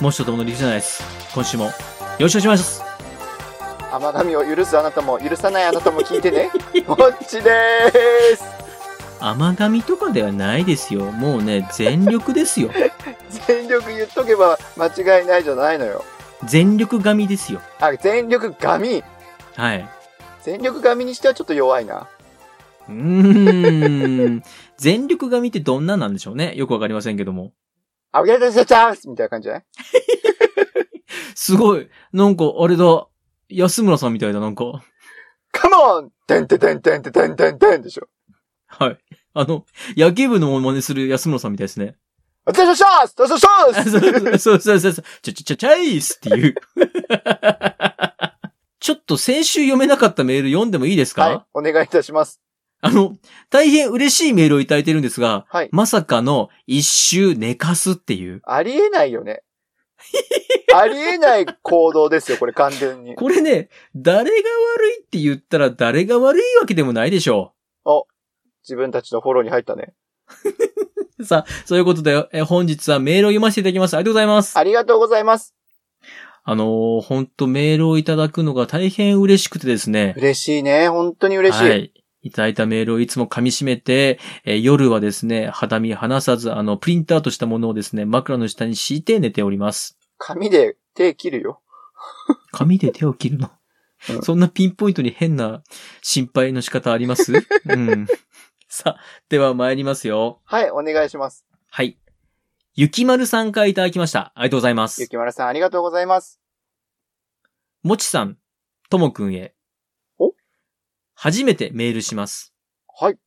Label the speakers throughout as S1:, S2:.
S1: もしとともの理事じゃないです。今週もよろしくお願いします。
S2: 甘神を許すあなたも許さないあなたも聞いてね。もっちでーす。
S1: 甘神とかではないですよ。もうね、全力です よ。
S2: 全力言っとけば間違いないじゃないのよ。
S1: 全力神ですよ。
S2: あ、全力神。
S1: はい。
S2: 全力神にしてはちょっと弱いな。
S1: うーん。全力神ってどんななんでしょうね。よくわかりませんけども。
S2: あげたチャンスみたいな感じじゃない
S1: すごい。なんか、あれだ。安村さんみたいだ、なんか。
S2: カモンてんててんてんてんてんてんてんでしょ。
S1: はい。あの、野球部のものまねする安村さんみたいですね。
S2: お疲れ様でしたお疲れ様
S1: でしたそうそうそうそう。ちょちょちょちゃいーすっていう。ちょっと先週読めなかったメール読んでもいいですか
S2: はい、お願いいたします。
S1: あの、大変嬉しいメールをいただいてるんですが、
S2: はい、
S1: まさかの一周寝かすっていう。
S2: ありえないよね。ありえない行動ですよ、これ完全に。
S1: これね、誰が悪いって言ったら誰が悪いわけでもないでしょ
S2: う。お、自分たちのフォローに入ったね。
S1: さあ、そういうことで、え本日はメールを読ませていただきます。ありがとうございます。
S2: ありがとうございます。
S1: あのー、本当メールをいただくのが大変嬉しくてですね。。
S2: 嬉しいね。本当に嬉しい。はい
S1: いただいたメールをいつも噛み締めて、えー、夜はですね、肌身離さず、あの、プリンターとしたものをですね、枕の下に敷いて寝ております。
S2: 紙で手切るよ。
S1: 紙で手を切るの、うん、そんなピンポイントに変な心配の仕方あり ますうん。さあ、では参りますよ。
S2: はい、お願いします。
S1: はい。ゆきまるさんからいただきました。ありがとうございます。
S2: ゆきまるさん、ありがとうございます。
S1: もちさん、ともくんへ。
S2: お
S1: 初めてメールします。
S2: はい。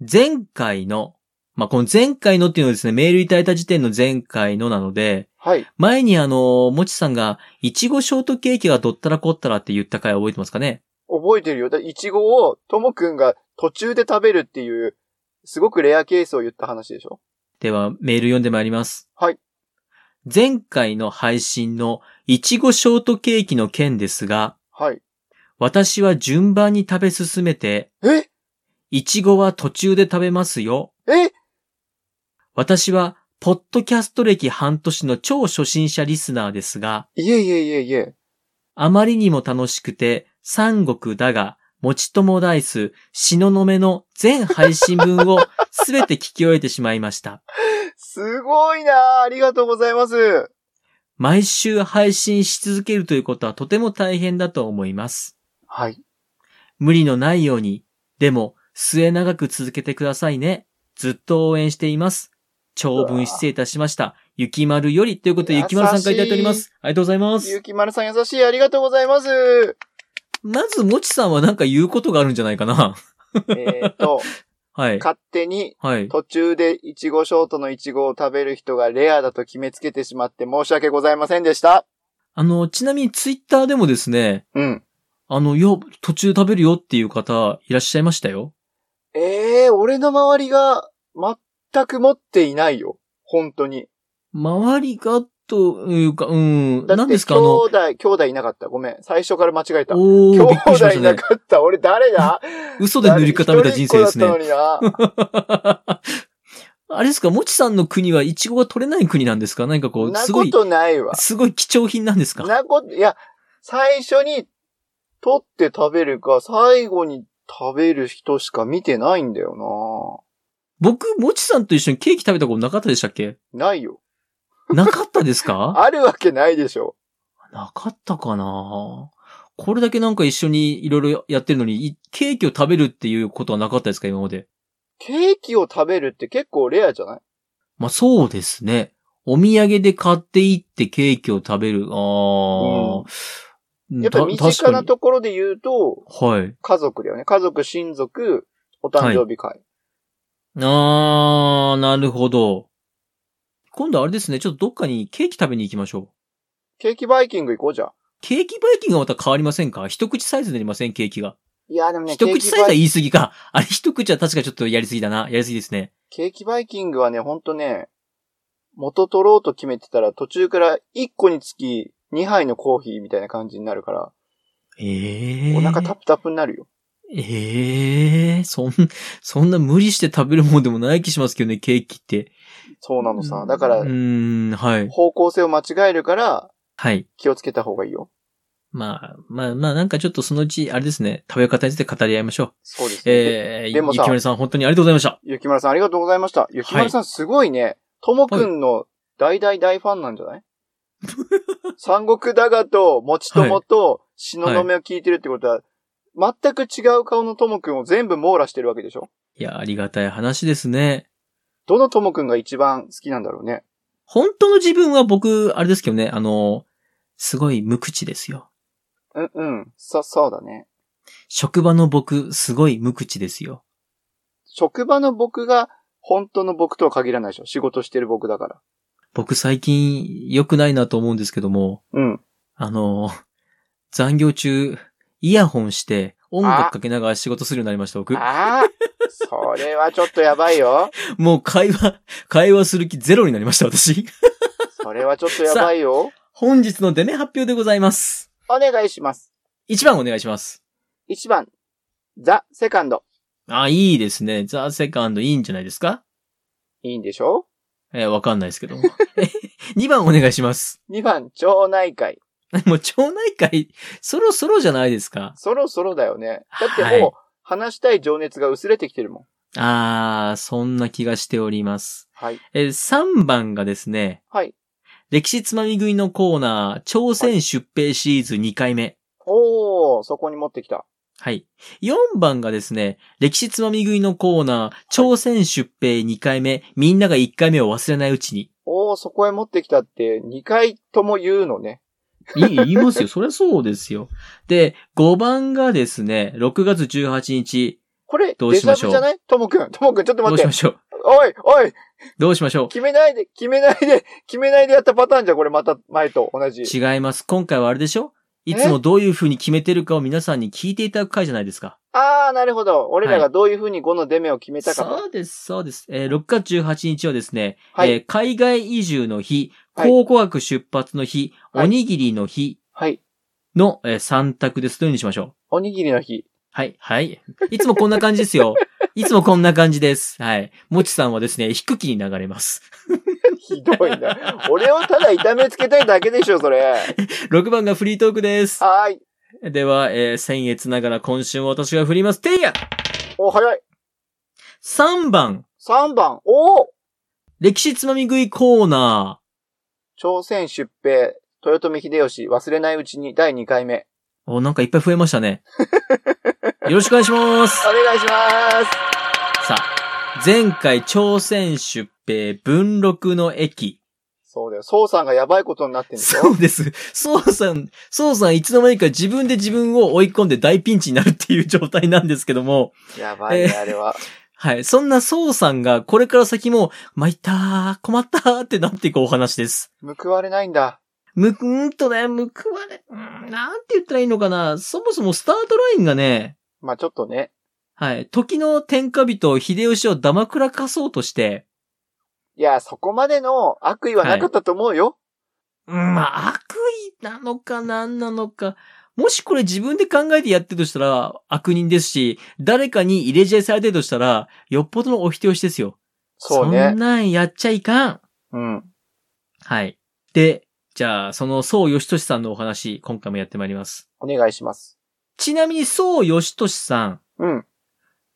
S1: 前回のまあ、この前回のっていうのはですね、メールいただいた時点の前回のなので、
S2: はい。
S1: 前にあの、もちさんが、いちごショートケーキがどったらこったらって言った回覚えてますかね
S2: 覚えてるよ。いちごをともくんが途中で食べるっていう、すごくレアケースを言った話でしょ
S1: では、メール読んでまいります。
S2: はい。
S1: 前回の配信のいちごショートケーキの件ですが、
S2: はい。
S1: 私は順番に食べ進めて、
S2: え
S1: いちごは途中で食べますよ。
S2: え
S1: 私は、ポッドキャスト歴半年の超初心者リスナーですが、
S2: いえいえいえいえ。
S1: あまりにも楽しくて、三国だが、もちともダイス、しののめの全配信分 をすべて聞き終えてしまいました。
S2: すごいなありがとうございます。
S1: 毎週配信し続けるということはとても大変だと思います。
S2: はい。
S1: 無理のないように、でも末長く続けてくださいね。ずっと応援しています。長文失礼いたしました。ゆきまるよりということで、ゆきまるさんからいただいております。ありがとうございます。
S2: ゆきまるさん優しい。ありがとうございます。
S1: まず、もちさんはなんか言うことがあるんじゃないかな。
S2: えっ と、
S1: はい。
S2: 勝手に、
S1: はい。
S2: 途中でイチゴショートのイチゴを食べる人がレアだと決めつけてしまって申し訳ございませんでした。
S1: あの、ちなみにツイッターでもですね。
S2: うん。
S1: あの、よ、途中食べるよっていう方いらっしゃいましたよ。
S2: ええー、俺の周りが、ま、全く持っていないよ。本当に。
S1: 周りが、というか、うん。
S2: 何ですか兄弟、兄弟いなかった。ごめん。最初から間違えた。お
S1: ー兄
S2: 弟いなかった。 ね、俺誰だ
S1: 嘘で塗り固めた人生ですね。 あれですか、もちさんの国はイチゴが取れない国なんですか何かこう、 すごい。
S2: なことないわ。
S1: すごい貴重品なんですか
S2: なこと、いや、最初に取って食べるか、最後に食べる人しか見てないんだよな
S1: 僕、もちさんと一緒にケーキ食べたことなかったでしたっ け
S2: ないよ。
S1: なかったですか
S2: あるわけないでしょ。
S1: なかったかなこれだけなんか一緒にいろいろやってるのに、ケーキを食べるっていうことはなかったですか今まで。
S2: ケーキを食べるって結構レアじゃない
S1: まあそうですね。お土産で買っていってケーキを食べる。ああ、
S2: うん、やっぱり身近なところで言うと、
S1: はい。
S2: 家族だよね。家族、親族、お誕生日会。はい
S1: あー、なるほど。今度あれですね、ちょっとどっかにケーキ食べに行きましょう。
S2: ケーキバイキング行こうじゃん。
S1: ケーキバイキングはまた変わりませんか一口サイズになりませんケーキが。
S2: いや、でもね、
S1: 一口サイズは言い過ぎか。あれ一口は確かちょっとやりすぎだな。やりすぎですね。
S2: ケーキバイキングはね、ほんとね、元取ろうと決めてたら途中から1個につき2杯のコーヒーみたいな感じになるから。
S1: ええー。
S2: お腹タプタプになるよ。
S1: ええー、そん、そんな無理して食べるもんでもない気しますけどね、ケーキって。
S2: そうなのさ。だから
S1: う、ーん、はい。
S2: 方向性を間違えるから、
S1: はい。
S2: 気をつけた方がいいよ。
S1: まあ、まあ、まあ、なんかちょっとそのうち、あれですね、食べ方について語り合いましょう。
S2: そうですね。
S1: えー、
S2: でもさ
S1: ゆきまるさん、本当にありがとうございました。
S2: ゆきまるさんありがとうございました。ゆきまるさんすごいね。ともくんの大大大ファンなんじゃない 三国だがと、もちともと、しののめを聞いてるってことは、全く違う顔のともくんを全部網羅してるわけでしょ
S1: いや、ありがたい話ですね。
S2: どのともくんが一番好きなんだろうね。
S1: 本当の自分は僕、あれですけどね、あの、すごい無口ですよ。
S2: うんうん。そ、そうだね。
S1: 職場の僕、すごい無口ですよ。
S2: 職場の僕が本当の僕とは限らないでしょ仕事してる僕だから。
S1: 僕最近良くないなと思うんですけども、
S2: うん。
S1: あの、残業中、イヤホンして音楽かけながら仕事するようになりました、僕。
S2: ああそれはちょっとやばいよ。
S1: もう会話、会話する気ゼロになりました、私。
S2: それはちょっとやばい よ。
S1: 本日のデメ発表でございます。
S2: お願いします。
S1: 1番お願いします。
S2: 1番、ザ・セカンド。
S1: あ、いいですね。ザ・セカンドいいんじゃないですか
S2: いいんでしょ
S1: えーわかんないですけども。2番お願いします。
S2: ?2 番、町内会。
S1: もう町内会、そろそろじゃないですか。
S2: そろそろだよね。だって
S1: はい
S2: もう、話したい情熱が薄れてきてるもん。
S1: あー、そんな気がしております。
S2: はい。
S1: えー、3番がですね、
S2: はい。
S1: 歴史つまみ食いのコーナー、朝鮮出兵シリーズ2回目。
S2: おー、そこに持ってきた。
S1: はい。4番がですね、歴史つまみ食いのコーナー、朝鮮出兵2回目、みんなが1回目を忘れないうちに。
S2: おー、そこへ持ってきたって、2回とも言うのね。
S1: い言いますよ。そりゃそうですよ。で、5番がですね、6月18日、
S2: これ、
S1: どう
S2: デ
S1: し
S2: ジャ
S1: ましょう
S2: ブじゃないともくん、ともくん、ちょっと
S1: どう
S2: 待っ
S1: してま。しょう。
S2: おい、おい、
S1: どうしましょう。
S2: 決めないで、決めないで、決めないでやったパターンじゃん、これまた前と同じ。
S1: 違います。今回はあれでしょいつもどういう風に決めてるかを皆さんに聞いていただく回じゃないですか。
S2: あー、なるほど。俺らがどういう風に5の出目を決めたかと。
S1: そうです、そうです。えー6月18日はですね、
S2: はい
S1: えー海外移住の日、
S2: はい
S1: 考古学出発の日、
S2: はい
S1: おにぎりの日
S2: はい。
S1: の、え3択です。どういう風にしましょう
S2: おにぎりの日。
S1: はい、はい。いつもこんな感じです よ。いつもこんな感じです。はい。もちさんはですね、低気に流れます。
S2: ひどいな。俺をただ痛めつけたいだけでしょ、それ。
S1: 6番がフリートークです。
S2: はーい。
S1: では、えー、僭越ながら今週も私が振ります。ていや
S2: お、早い。
S1: !3 番、
S2: 3番。おー
S1: 歴史つまみ食いコーナ
S2: 朝鮮出兵、豊臣秀吉、忘れないうちに第2回目。
S1: ー。お、なんかいっぱい増えましたね。よろしくお願いします
S2: お。願いします。
S1: さあ、前回朝鮮出兵文禄の駅。
S2: そうだよ。宋さんがやばいことになってんでしょ
S1: そうです。そうさん、そうさんいつの間にか自分で自分を追い込んで大ピンチになるっていう状態なんですけども、
S2: やばいね、
S1: え
S2: あれは。
S1: はい。そんなそうさんがこれから先も、参ったー、困ったーってなっていくお話です。
S2: 報われないんだ。
S1: む、うーんとね、報われ、うーんなんて言ったらいいのかな。そもそもスタートラインがね、
S2: まあちょっとね。
S1: はい。時の天下人、秀吉をダマくらかそうとして、
S2: いや、そこまでの悪意はなかったと思うよ。
S1: うん、まあ、悪意なのか何なのか。もしこれ自分で考えてやってるとしたら悪人ですし、誰かに入れ知恵されてるとしたら、よっぽどのお人よしですよ。
S2: そうんね。
S1: なんやっちゃいかん。
S2: うん。
S1: はい。で、じゃあ、その、宋義俊さんのお話、今回もやってまいります。
S2: お願いします。
S1: ちなみに、宋義俊さん、
S2: うん。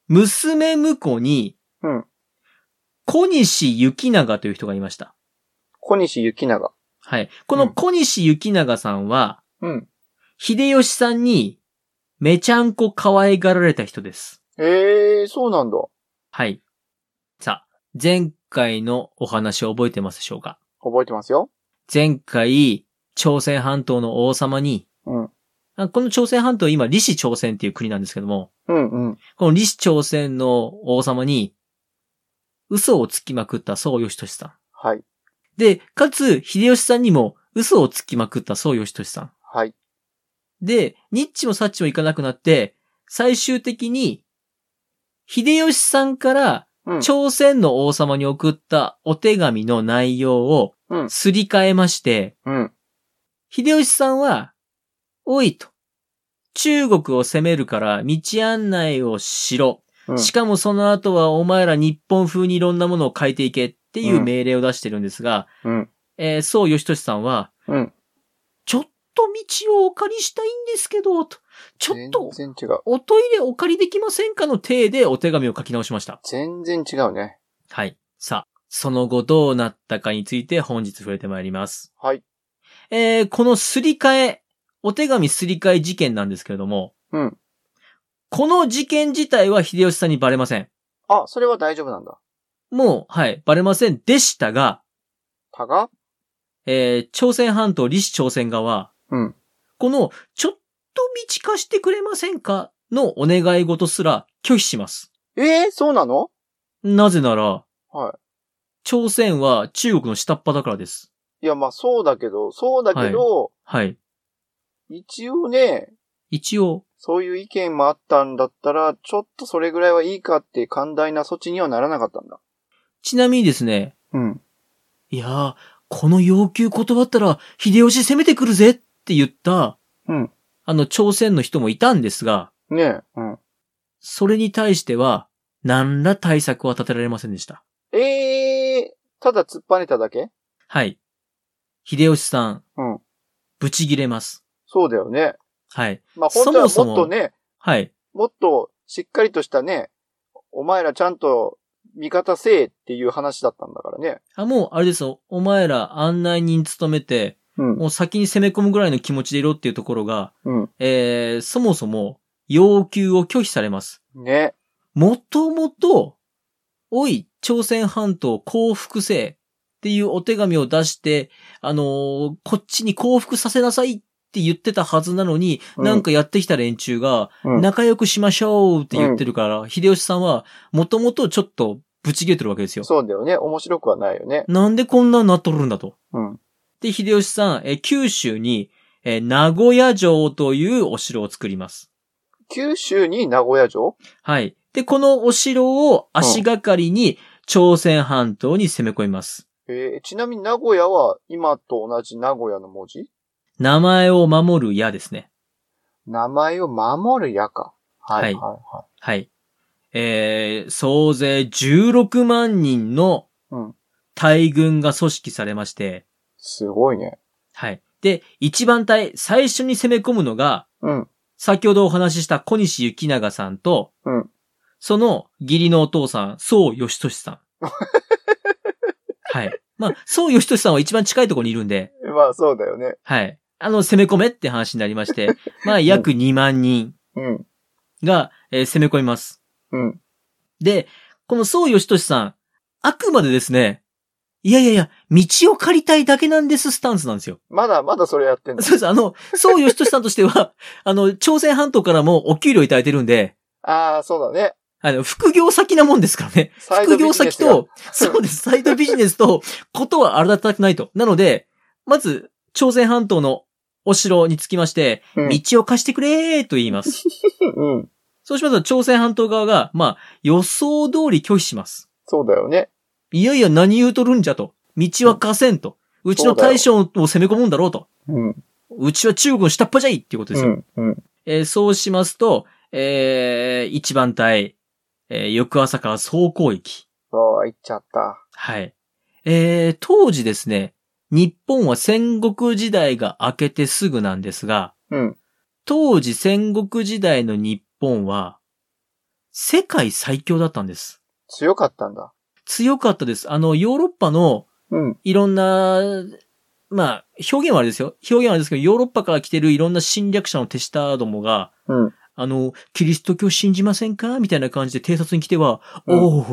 S1: 娘婿に、
S2: うん
S1: 小西幸長という人がいました。
S2: 小西行長。
S1: はい。こ
S2: う
S1: の
S2: ん
S1: 小西幸長さんは、
S2: うん。
S1: 秀吉さんに、めちゃんこ可愛がられた人です。
S2: ええー、そうなんだ。
S1: はい。さあ、前回のお話を覚えてますでしょうか
S2: 覚えてますよ。
S1: 前回、朝鮮半島の王様に、
S2: うん
S1: あこの朝鮮半島今、李氏朝鮮っていう国なんですけども、
S2: うんうん。
S1: この李氏朝鮮の王様に、嘘をつきまくった宋義俊さん。
S2: はい。
S1: で、かつ、秀吉さんにも嘘をつきまくった宋義俊さん。
S2: はい。
S1: で、ニッチもサッチもいかなくなって、最終的に、秀吉さんから
S2: うん。
S1: 朝鮮の王様に送ったお手紙の内容を
S2: うん
S1: すり替えまして、
S2: うん。
S1: 秀吉さんは、おいと、中国を攻めるから道案内をしろ。
S2: うん
S1: しかもその後はお前ら日本風にいろんなものを変えていけっっていう命令を出してるんですが、
S2: うん。
S1: えー、そう義俊さんは、
S2: うん。
S1: ちょっと道をお借りしたいんですけど、と、ちょっと、
S2: 全然違う。
S1: おトイレお借りできませんかの体でお手紙を書き直しました。
S2: 全然違うね。
S1: はい。さあ、その後どうなったかについて本日触れてまいります。
S2: はい。
S1: えー、このすり替え、お手紙すり替え事件なんですけれども、
S2: うん。
S1: この事件自体は秀吉さんにバレません。
S2: あ、それは大丈夫なんだ。
S1: もう、はい、バレませんでしたが、
S2: たが
S1: えー、朝鮮半島李氏朝鮮側は、
S2: うん。
S1: この、ちょっと道化してくれませんかのお願い事すら拒否します。
S2: ええそうなの
S1: なぜなら、
S2: はい。
S1: 朝鮮は中国の下っ端だからです。
S2: いや、まあそうだけど、そうだけど、
S1: はい。
S2: 一応ね、
S1: 一応、
S2: そういう意見もあったんだったら、ちょっとそれぐらいはいいかって寛大な措置にはならなかったんだ。
S1: ちなみにですね、
S2: うん。
S1: いやー、この要求断ったら、秀吉攻めてくるぜって言った、
S2: うん
S1: あの、朝鮮の人もいたんですが、
S2: ねえ。うん。
S1: それに対しては、何ら対策は立てられませんでした。
S2: ええただ突っぱねただけ
S1: はい。秀吉さん、
S2: うん。
S1: ブチ切れます。
S2: そうだよね。
S1: はい。
S2: まあ本当はもっ
S1: そもそも
S2: とね、
S1: はい。
S2: もっとしっかりとしたね、お前らちゃんと味方せえっていう話だったんだからね。
S1: あ、もう、あれですよ。お前ら案内人務めて、
S2: うん。
S1: もう先に攻め込むぐらいの気持ちでいろっていうところが、
S2: うん。
S1: えー、そもそも、要求を拒否されます。
S2: ね。
S1: もともと、おい、朝鮮半島降伏せえっていうお手紙を出して、あのーこっちに降伏させなさいって言ってたはずなのに、
S2: うん
S1: なんかやってきた連中が、
S2: うん
S1: 仲良くしましょうって言ってるから、秀吉さんは、もともとちょっと、ぶち切れてるわけですよ。
S2: そうだよね。面白くはないよね。
S1: なんでこんなになっとるんだと。
S2: うん。
S1: で、秀吉さん、えー九州に、えー名古屋城というお城を作ります。
S2: 九州に名古屋城
S1: はい。で、このお城を足がかりに、朝鮮半島に攻め込みます。
S2: えー、ちなみに名古屋は今と同じ名古屋の文字
S1: 名前を守る矢ですね。
S2: 名前を守るやか。はい。
S1: はい
S2: は
S1: はい。えー、総勢16万人の
S2: い。はい。うん。
S1: 大軍が組織されまして、
S2: すごいね。
S1: はい。で、一番隊、最初に攻め込むのが、
S2: うん。
S1: 先ほどお話しした小西行長さんと、
S2: うん
S1: その義理のお父さん、宋義俊 さん。はい。まあ、宋義俊さんは一番近いところにいるんで、
S2: まあそうだよね。
S1: はい。あの、攻め込めって話になりまして、 まあ、約2万人
S2: うん。
S1: が、えー攻め込みます。
S2: うん。
S1: で、この宋義俊さん、あくまでですね、いやいやいや、道を借りたいだけなんですスタンスなんですよ。
S2: まだ、まだそれやってんの
S1: そうです。あの、宋義俊さんとしては、 あの、朝鮮半島からもお給料いただいてるんで、
S2: ああ、そうだね。
S1: あの、副業先なもんですからね。
S2: サイド
S1: 副
S2: ビジ
S1: 業
S2: ネスが
S1: 先と、そうです、サイドビジネスと、ことは荒立たくないと。なので、まず、朝鮮半島のお城につきまして、
S2: うん
S1: 道を貸してくれーと言います。
S2: うん。
S1: そうしますと、朝鮮半島側が、まあ、予想通り拒否します。
S2: そうだよね。
S1: いやいや、何言うとるんじゃと。道は貸せんと。うちの大将を攻め込むんだろうと。
S2: うん。
S1: うちは中国の下っ端じゃいっていうことですよ。
S2: ん。うん。
S1: えーそうしますと、えー、一番隊、えー翌朝から総攻撃。
S2: ああ、行っちゃった。
S1: はい。えー、当時ですね、日本は戦国時代が明けてすぐなんですが、
S2: うん。
S1: 当時戦国時代の日本は、世界最強だったんです。
S2: 強かったんだ。
S1: 強かったです。あの、ヨーロッパの
S2: うん。
S1: いろんな、まあ、表現はあれですよ。表現はあれですけど、ヨーロッパから来てるいろんな侵略者の手下どもが、
S2: うん。
S1: あの、キリスト教信じませんかみたいな感じで偵察に来ては、
S2: うん
S1: おお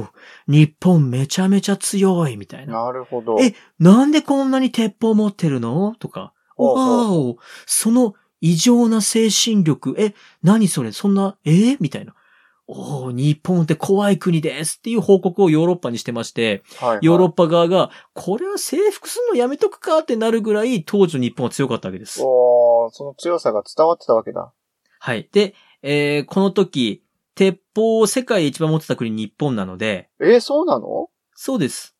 S1: 日本めちゃめちゃ強いみたいな。
S2: なるほど。
S1: えなんでこんなに鉄砲持ってるのとか。
S2: ほうほう
S1: わお、その異常な精神力。え、何それそんな、えーみたいな。おお日本って怖い国ですっていう報告をヨーロッパにしてまして、
S2: はいはい
S1: ヨーロッパ側が、これは征服するのやめとくかってなるぐらい当時の日本は強かったわけです。
S2: おーその強さが伝わってたわけだ。
S1: はい。で、えーこの時、鉄砲を世界で一番持ってた国日本なので、
S2: えーそうなの、
S1: そうです。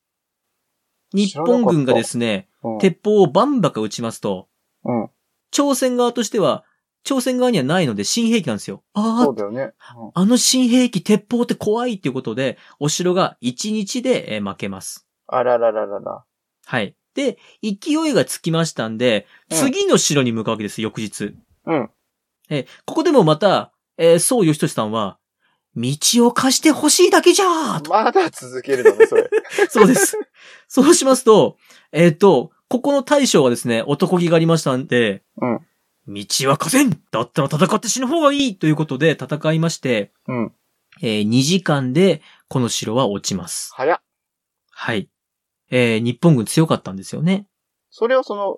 S2: 知
S1: 日
S2: らなかった
S1: 本軍がですね、
S2: うん、
S1: 鉄砲をバンバカ撃ちますと、
S2: うん。
S1: 朝鮮側としては、朝鮮側にはないので新兵器なんですよ。あ
S2: そう
S1: あ、
S2: だよね。
S1: あの新兵器鉄砲って怖いっていうことで、お城が1日でえー負けます。
S2: ああららららら。
S1: はい。で、勢いがつきましたんで、
S2: うん
S1: 次の城に向かうわけです、翌日。
S2: うん。
S1: えーここでもまた、えー、宋義俊さんは、道を貸してほしいだけじゃーと。
S2: まだ続けるのね、それ。
S1: そうです。そうしますと、えっ、と、ここの大将はですね、男気がありましたんで、
S2: うん
S1: 道は貸せんだったら戦って死ぬ方がいいということで戦いまして、
S2: うん。
S1: えー2時間でこの城は落ちます。
S2: 早っ。
S1: はい。えー日本軍強かったんですよね。
S2: それはその、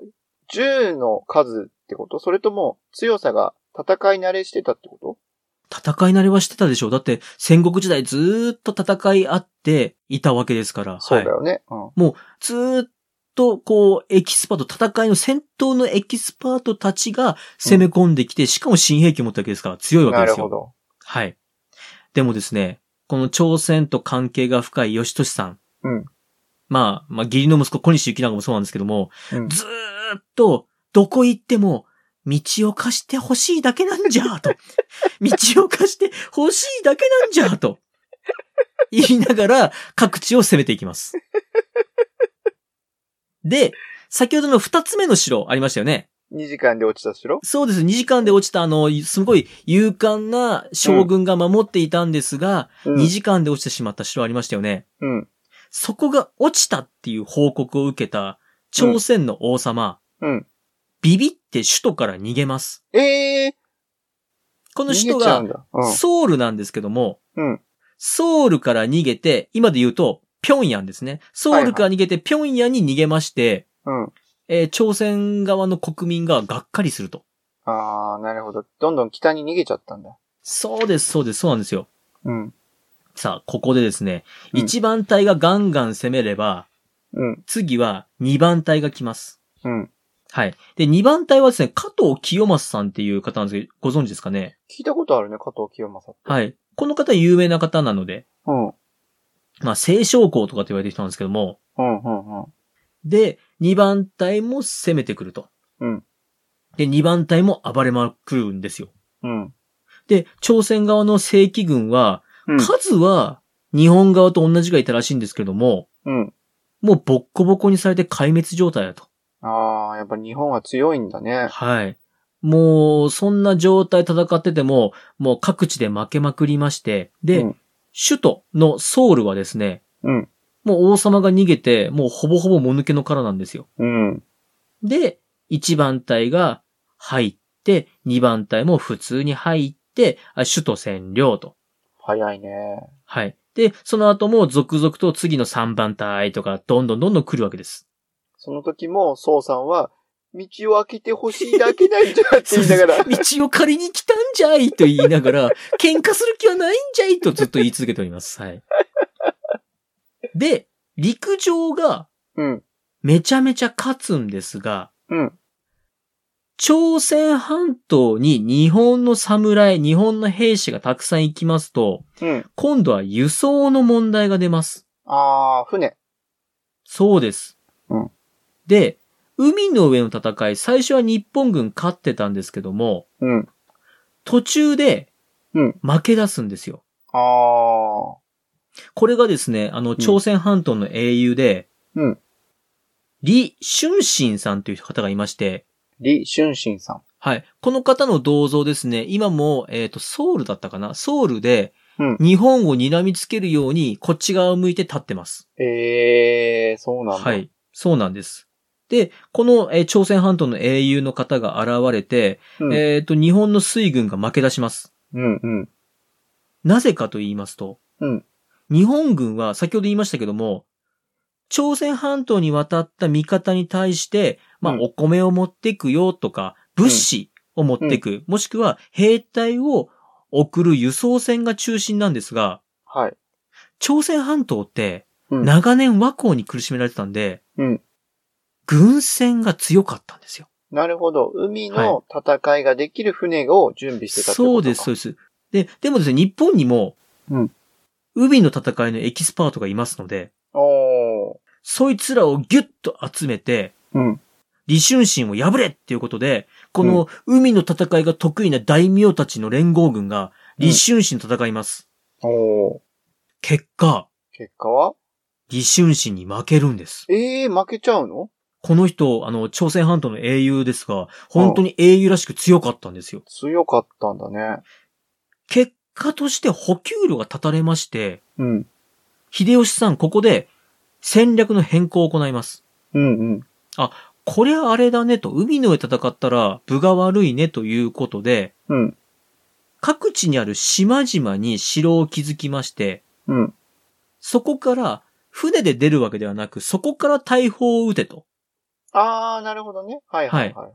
S2: 銃の数ってことそれとも、強さが戦い慣れしてたってこと
S1: 戦い慣れはしてたでしょう。だって戦国時代ずーっと戦いあっていたわけですから。
S2: そうだ
S1: はい。
S2: よね。
S1: ずーっとこうエキスパート、戦いの戦闘のエキスパートたちが攻め込んできて、しかも新兵器を持ったわけですから強い
S2: うん。
S1: わけ
S2: な
S1: で
S2: る
S1: す
S2: ほ
S1: よ。
S2: ど。
S1: はい。でもですね、この朝鮮と関係が深い義俊さん。
S2: うん
S1: まあ、まあ、義理の息子小西行長もそうなんですけども、
S2: うん
S1: ずーっと、どこ行っても、道を貸してほしいだけなんじゃ、 と。道を貸してほしいだけなんじゃ、と。言いながら、各地を攻めていきます。で、先ほどの二つ目の城ありましたよね。
S2: 2時間で落ちた城
S1: そうです。2時間で落ちた、あの、すごい勇敢な将軍が守っていたんですが、
S2: うん
S1: 2時間で落ちてしまった城ありましたよね。
S2: うん。
S1: そこが落ちたっていう報告を受けた朝鮮の王様、
S2: うん。
S1: ビビって首都から逃げます。
S2: ええ
S1: こ
S2: ー、
S1: の首
S2: 逃
S1: 都
S2: げちゃ
S1: が
S2: うんだ。うん。
S1: ソウルなんですけども、
S2: うん
S1: ソウルから逃げて、今で言うと、平壌ですね。ソウルから逃げて、平壌に逃げまして、
S2: うん。
S1: えー朝鮮側の国民ががっかりすると。
S2: あー、なるほど。どんどん北に逃げちゃったんだ。
S1: そうです、そうです、そうなんですよ。
S2: うん。
S1: さあ、ここでですね、
S2: うん
S1: 一番隊がガンガン攻めれば、
S2: うん。
S1: 次は二番隊が来ます。
S2: うん。
S1: はい。で、二番隊はですね、加藤清正さんっていう方なんですけど、ご存知ですかね
S2: 聞いたことあるね、加藤清正って。
S1: はい。この方有名な方なので、
S2: うん。
S1: まあ、清少校とかって言われてる人なんですけども、
S2: うん、うん、うん。
S1: で、二番隊も攻めてくると。
S2: うん。
S1: で、二番隊も暴れまくるんですよ。
S2: うん。
S1: で、朝鮮側の正規軍は、
S2: うん。
S1: 数は日本側と同じがいたらしいんですけども、
S2: うん。
S1: もうボッコボコにされて壊滅状態だと。
S2: あー、やっぱ日本は強いんだね。
S1: はい。もう、そんな状態戦ってても、もう各地で負けまくりまして、で、
S2: うん
S1: 首都のソウルはですね、
S2: うん
S1: もう王様が逃げて、もうほぼほぼもぬけの殻なんですよ。
S2: うん。
S1: で、一番隊が入って、二番隊も普通に入って、あ首都占領と。
S2: 早いね。
S1: はい。で、その後も続々と次の三番隊とか、どんどんどんどん来るわけです。
S2: その時も、宋さんは、道を開けてほしいだけなんじゃって言い ながら、
S1: 道を借りに来たんじゃいと言いなが ら、喧嘩する気はないんじゃいとずっと言い続けております。はい。で、陸上が
S2: うん、
S1: めちゃめちゃ勝つんですが、
S2: うん、
S1: 朝鮮半島に日本の侍、日本の兵士がたくさん行きますと、
S2: うん。
S1: 今度は輸送の問題が出ます。
S2: あー、船。
S1: そうです。
S2: うん
S1: で、海の上の戦い、最初は日本軍勝ってたんですけども、
S2: うん。
S1: 途中で
S2: うん、
S1: 負け出すんですよ。
S2: あー、
S1: これがですね、あの、朝鮮半島の英雄で、
S2: うん
S1: 李春心さんという方がいまして、
S2: 李俊信さ
S1: はい。この方の銅像ですね、今も、えっ、と、ソウルだったかなソウルで
S2: うん、
S1: 日本を睨みつけるように、こっち側を向いて立ってます。
S2: ん。えー、そうなんだ。
S1: は。い。そうなんです。で、この、えー朝鮮半島の英雄の方が現れて、
S2: うん、
S1: えっ、と、日本の水軍が負け出します。
S2: うん、うん。
S1: なぜかと言いますと、
S2: うん
S1: 日本軍は先ほど言いましたけども、朝鮮半島に渡った味方に対して、まあ、
S2: うん
S1: お米を持ってくよとか、物資を持ってく、もしくは兵隊を送る輸送船が中心なんですが、
S2: はい。
S1: 朝鮮半島って、
S2: うん
S1: 長年和光に苦しめられてたんで、
S2: うん
S1: 軍船が強かったんですよ。
S2: なるほど。海の戦いができる船を準備してたってことか、
S1: そうです、そうです。で、でもですね、日本にも、
S2: うん
S1: 海の戦いのエキスパートがいますので、
S2: おー。
S1: そいつらをギュッと集めて、
S2: うん。
S1: 李春心を破れっていうことで、この海の戦いが得意な大名たちの連合軍が、
S2: うん
S1: 李春心と戦います。
S2: おー。
S1: 結果、
S2: 結果は
S1: 李春氏に負けるんです。
S2: ええ負けちゃうの
S1: この人、あの、朝鮮半島の英雄ですが、本当に英雄らしく強かったんですよ。
S2: 強かったんだね。
S1: 結果として補給路が断たれまして、
S2: うん。
S1: 秀吉さんここで戦略の変更を行います。
S2: うんうん。
S1: これはあれだねと、海の上戦ったら部が悪いねということで、
S2: うん。
S1: 各地にある島々に城を築きまして、
S2: うん。
S1: そこから船で出るわけではなく、そこから大砲を撃てと。
S2: あー、なるほどね。はいはいはい、はい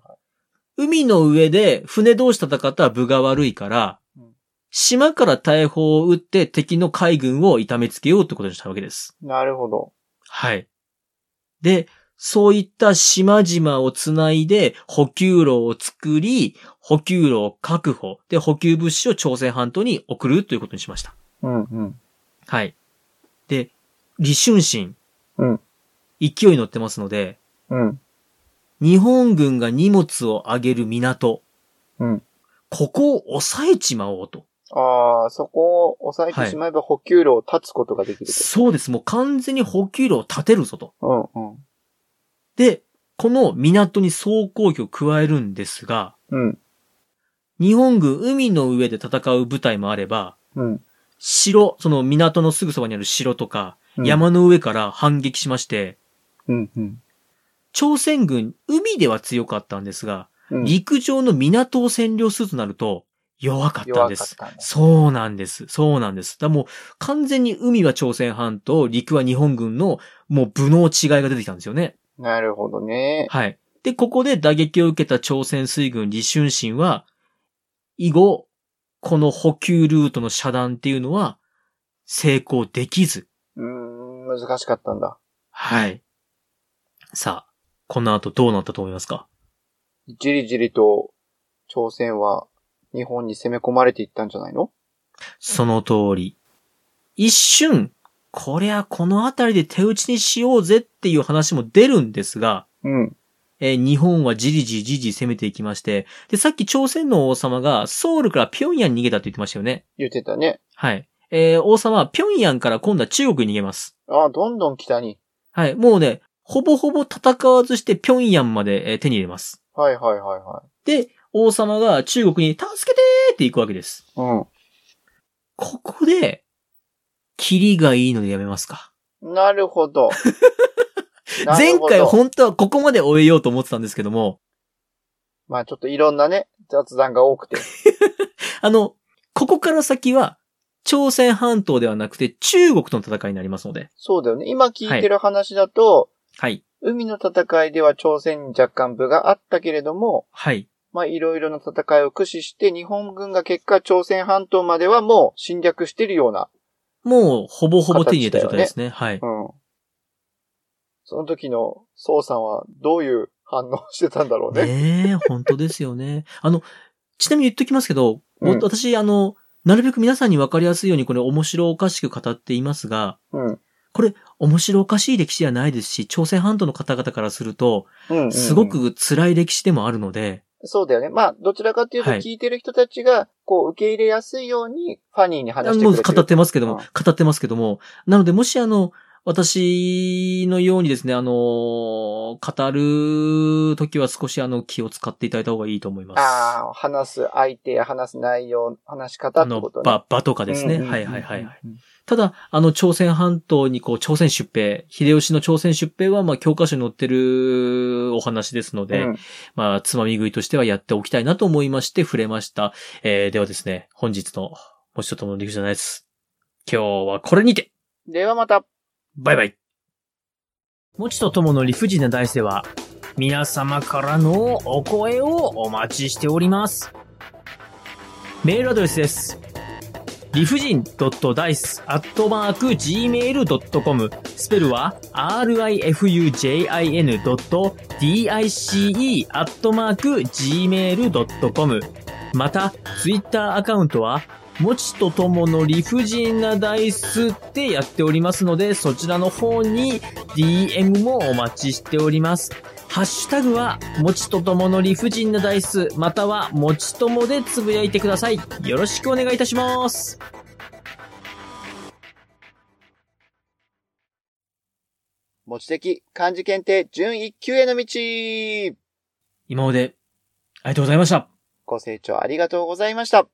S1: 海の上で船同士戦ったら部が悪いから
S2: うん、
S1: 島から大砲を撃って敵の海軍を痛めつけようってことにしたわけです。
S2: なるほど。
S1: はい。で、そういった島々をつないで補給路を作り、補給路を確保。で、補給物資を朝鮮半島に送るということにしました。
S2: うんうん。
S1: はい。で、李春心。
S2: うん
S1: 勢いに乗ってますので、
S2: うん。
S1: 日本軍が荷物を上げる港。
S2: うん
S1: ここを抑えちまおうと。
S2: あー、そこを抑えてしまえば補給路を断つことができる
S1: そうです。もう完全に補給路を立てるぞと。
S2: と。うんうん。
S1: で、この港に総攻撃を加えるんですが、
S2: うん。
S1: 日本軍海の上で戦う部隊もあれば、
S2: うん。
S1: 城、その港のすぐそばにある城とか、
S2: うん。
S1: 山の上から反撃しまして、
S2: うんうん。
S1: 朝鮮軍、海では強かったんですが、
S2: うん。
S1: 陸上の港を占領するとなると、弱かったん
S2: 弱
S1: で
S2: かっ
S1: す。
S2: たね。
S1: そうなんです。そうなんです。だからもう完全に海は朝鮮半島、陸は日本軍のもう部の違いが出てきたんですよね。
S2: なるほどね。
S1: はい。で、ここで打撃を受けた朝鮮水軍李春心は、以後、この補給ルートの遮断っていうのは成功できず。
S2: うーん、難しかったんだ。
S1: はい。さあ、この後どうなったと思いますか
S2: じりじりと朝鮮は日本に攻め込まれていったんじゃないの
S1: その通り。一瞬、こりゃこの辺りで手打ちにしようぜっていう話も出るんですが、
S2: うん。
S1: えー日本はじりじりじりじり攻めていきまして、で、さっき朝鮮の王様がソウルから平壌に逃げたって言ってましたよね。
S2: 言ってたね。
S1: はい。えー王様は平壌から今度は中国に逃げます。
S2: ああ、どんどん北に。
S1: はい。もうね、ほぼほぼ戦わずして平壌まで、えー手に入れます。
S2: はいはいはいは
S1: で、王様が中国に助けてーって行くわけです。
S2: い。
S1: ここで、キリがいいのでやめますか。
S2: うん。なるほ ど。なる
S1: 前
S2: ほど
S1: 回本当はここまで終えようと思ってたんですけども、
S2: まあちょっといろんなね、雑談が多くて。
S1: あの、ここから先は、朝鮮半島ではなくて中国との戦いになりますので。
S2: そうだよね。今聞いてる話だと、
S1: はい。
S2: 海の戦いでは朝鮮に若干部があったけれども、
S1: はい。
S2: まあいろいろな戦いを駆使して、日本軍が結果朝鮮半島まではもう侵略してるような
S1: もう、ほぼほぼ手に入れた状態ですね。はい。
S2: うん。その時の宋さんはどういう反応してたんだろうね。
S1: ねえ、本当ですよね。あの、ちなみに言っときますけど、
S2: うん
S1: 私、あの、なるべく皆さんに分かりやすいようにこれ面白おかしく語っていますが、
S2: うん。
S1: 面白おかしい歴史ではないですし、朝鮮半島の方々からすると、
S2: うん、うんうん
S1: すご。く辛い歴史でもあるので、
S2: そうだよね。まあ、どちらかというと
S1: はい
S2: 聞いてる人たちが、こう、受け入れやすいように、ファニーに話して
S1: も
S2: く
S1: う
S2: れてる。
S1: 語ってますけど
S2: う
S1: も
S2: ん、
S1: 語ってますけども、なのでもしあの、私のようにですね、あの、語るときは少しあの、気を使っていただいた方がいいと思います。
S2: ああ、話す相手や話す内容、話し方
S1: あ
S2: って
S1: の、
S2: ことね。
S1: 場、場とかですね。
S2: うんうんうん
S1: はいはいはいはい。。
S2: うん
S1: ただ、あの、朝鮮半島にこう、朝鮮出兵、秀吉の朝鮮出兵は、まあ、教科書に載ってるお話ですので、
S2: うん
S1: まあ、つまみ食いとしてはやっておきたいなと思いまして、触れました。えー、ではですね、本日の、もう一つともの陸じゃないです。今日はこれにて
S2: ではまた。
S1: バイバイ。もちとともの理不尽な大世は、皆様からのお声をお待ちしております。メールアドレスです。理不尽 .dice.gmail.com スペルは rifujin.dice.gmail.com また、ツイッターアカウントは、もちとともの理不尽なダイスってやっておりますので、そちらの方に DM もお待ちしております。ハッシュタグは、もちとともの理不尽なダイス、または、もちともでつぶやいてください。よろしくお願いいたします。
S2: 持ち的漢字検定準1級への道
S1: 今まで、ありがとうございました。
S2: ご清聴ありがとうございました。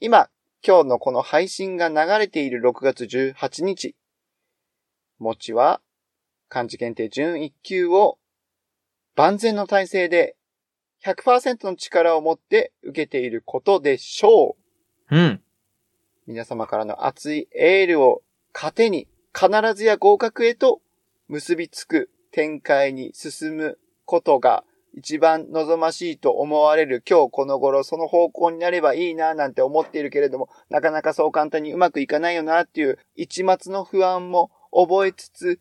S2: 今、今日のこの配信が流れている6月18日、もちは漢字検定準1級を万全の体制で100%の力を持って受けていることでしょう。
S1: うん。
S2: 皆様からの熱いエールを糧に必ずや合格へと結びつく展開に進むことが一番望ましいと思われる今日この頃その方向になればいいななんて思っているけれどもなかなかそう簡単にうまくいかないよなっていう一末の不安も覚えつつ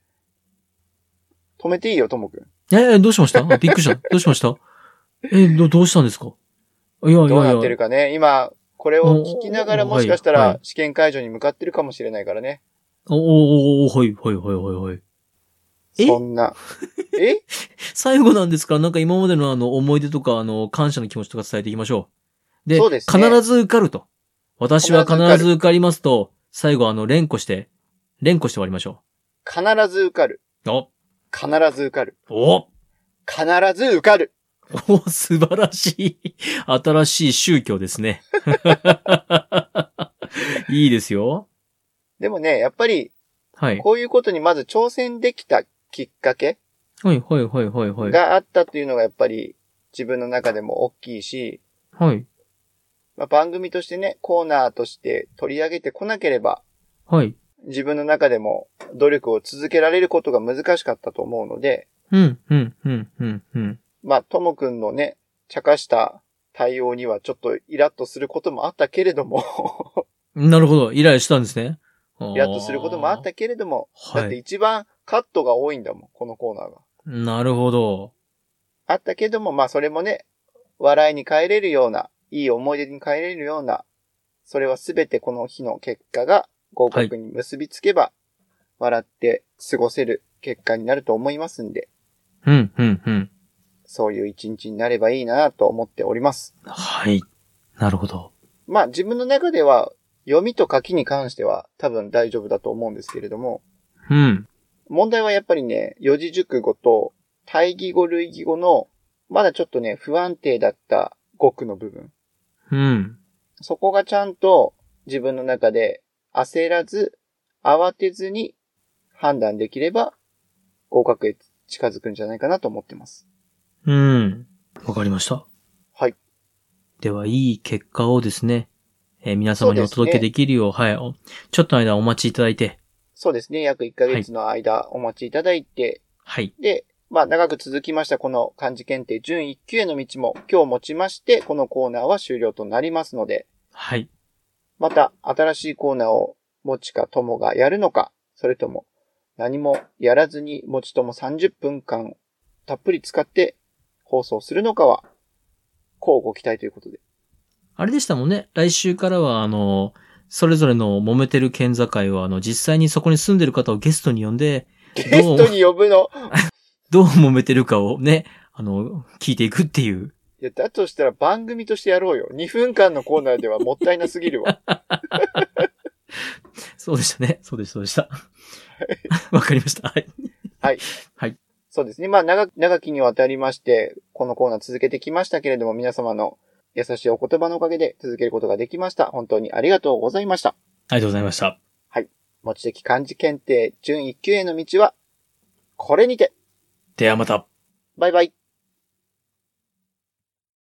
S2: 止めていいよともくん。
S1: え、えどうしました あびっくりした。どうしましたえ、ど、どうしたんですかいやいやいや。
S2: どうなってるかね。今、これを聞きながら
S1: お
S2: もしかした
S1: はいは
S2: ら
S1: い
S2: 試験会場に向かってるかもしれないからね。
S1: おおおおはい、はい、はい、はい、はい。え
S2: そんな。え
S1: 最後なんですから、なんか今までのあの、思い出とか、あの、感謝の気持ちとか伝えていきましょう。で、
S2: そうですね
S1: 必ず受かると。私は必
S2: 必ず受か
S1: ず受かりますと、最後あの、連呼して、連呼して終わりましょ
S2: 必ず受かる。
S1: う。お
S2: 必ず受かる。
S1: お
S2: 必ず受かる。
S1: お素晴らしい。新しい宗教です ね。いいですよ。
S2: でもね、やっぱり、
S1: はい。
S2: こういうことにまず挑戦できたきっかけ
S1: はい、はい、はい、はい、はい。
S2: があったというのがやっぱり自分の中でも大きいし、
S1: はい、
S2: まあ、番組としてね、コーナーとして取り上げてこなければ、
S1: はい。
S2: 自分の中でも努力を続けられることが難しかったと思うので、
S1: うん、うん、うん、うん、うん。
S2: まあ、ともくんのね、茶化した対応にはちょっとイラッとすることもあったけれども、
S1: なるほど。イライラしたんですね。
S2: イラッとすることもあったけれども、
S1: はい
S2: だって一番カットが多いんだもん、このコーナーが。
S1: なるほど。
S2: あったけれども、まあそれもね、笑いに変えれるような、いい思い出に変えれるような、それはすべてこの日の結果が合格に結びつけば、笑って過ごせる結果になると思いますんで、
S1: うん、うん、うん。
S2: そういう一日になればいいなと思っております。
S1: はい。なるほど。
S2: まあ自分の中では読みと書きに関しては多分大丈夫だと思うんですけれども、
S1: うん。
S2: 問題はやっぱりね、四字熟語と対義語類義語のまだちょっとね、不安定だった語句の部分。
S1: うん。
S2: そこがちゃんと自分の中で焦らず、慌てずに判断できれば合格へ近づくんじゃないかなと思ってます。
S1: うん。わかりました。
S2: はい。
S1: では、いい結果をですね、えー皆様にお届けできるよう、はい。おちょっとの間お待ちいただいて、
S2: そうですね。約1ヶ月の間お待ちいただいて、
S1: はい。
S2: で、まあ長く続きましたこの漢字検定準1級への道も今日もちまして、このコーナーは終了となりますので、
S1: はい。
S2: また新しいコーナーをもちかともがやるのか、それとも何もやらずにもちとも30分間たっぷり使って放送するのかは、こうご期待ということで。
S1: あれでしたもんね。来週からは、あの、それぞれの揉めてる県境を、あの、実際にそこに住んでる方をゲストに呼んで、
S2: ゲストに呼ぶの
S1: どう揉めてるかをね、あの、聞いていくっていう。
S2: いや、だとしたら番組としてやろうよ。2分間のコーナーではもったいなすぎるわ。
S1: そうでしたね。そうでした、そうでした。わかりました。はい。
S2: そうですね。まあ長く、長きにわたりまして、このコーナー続けてきましたけれども、皆様の優しいお言葉のおかげで続けることができました。本当にありがとうございました。
S1: ありがとうございました。
S2: 持ち的漢字検定準1級への道は、これにて
S1: ではまた。
S2: バイバイ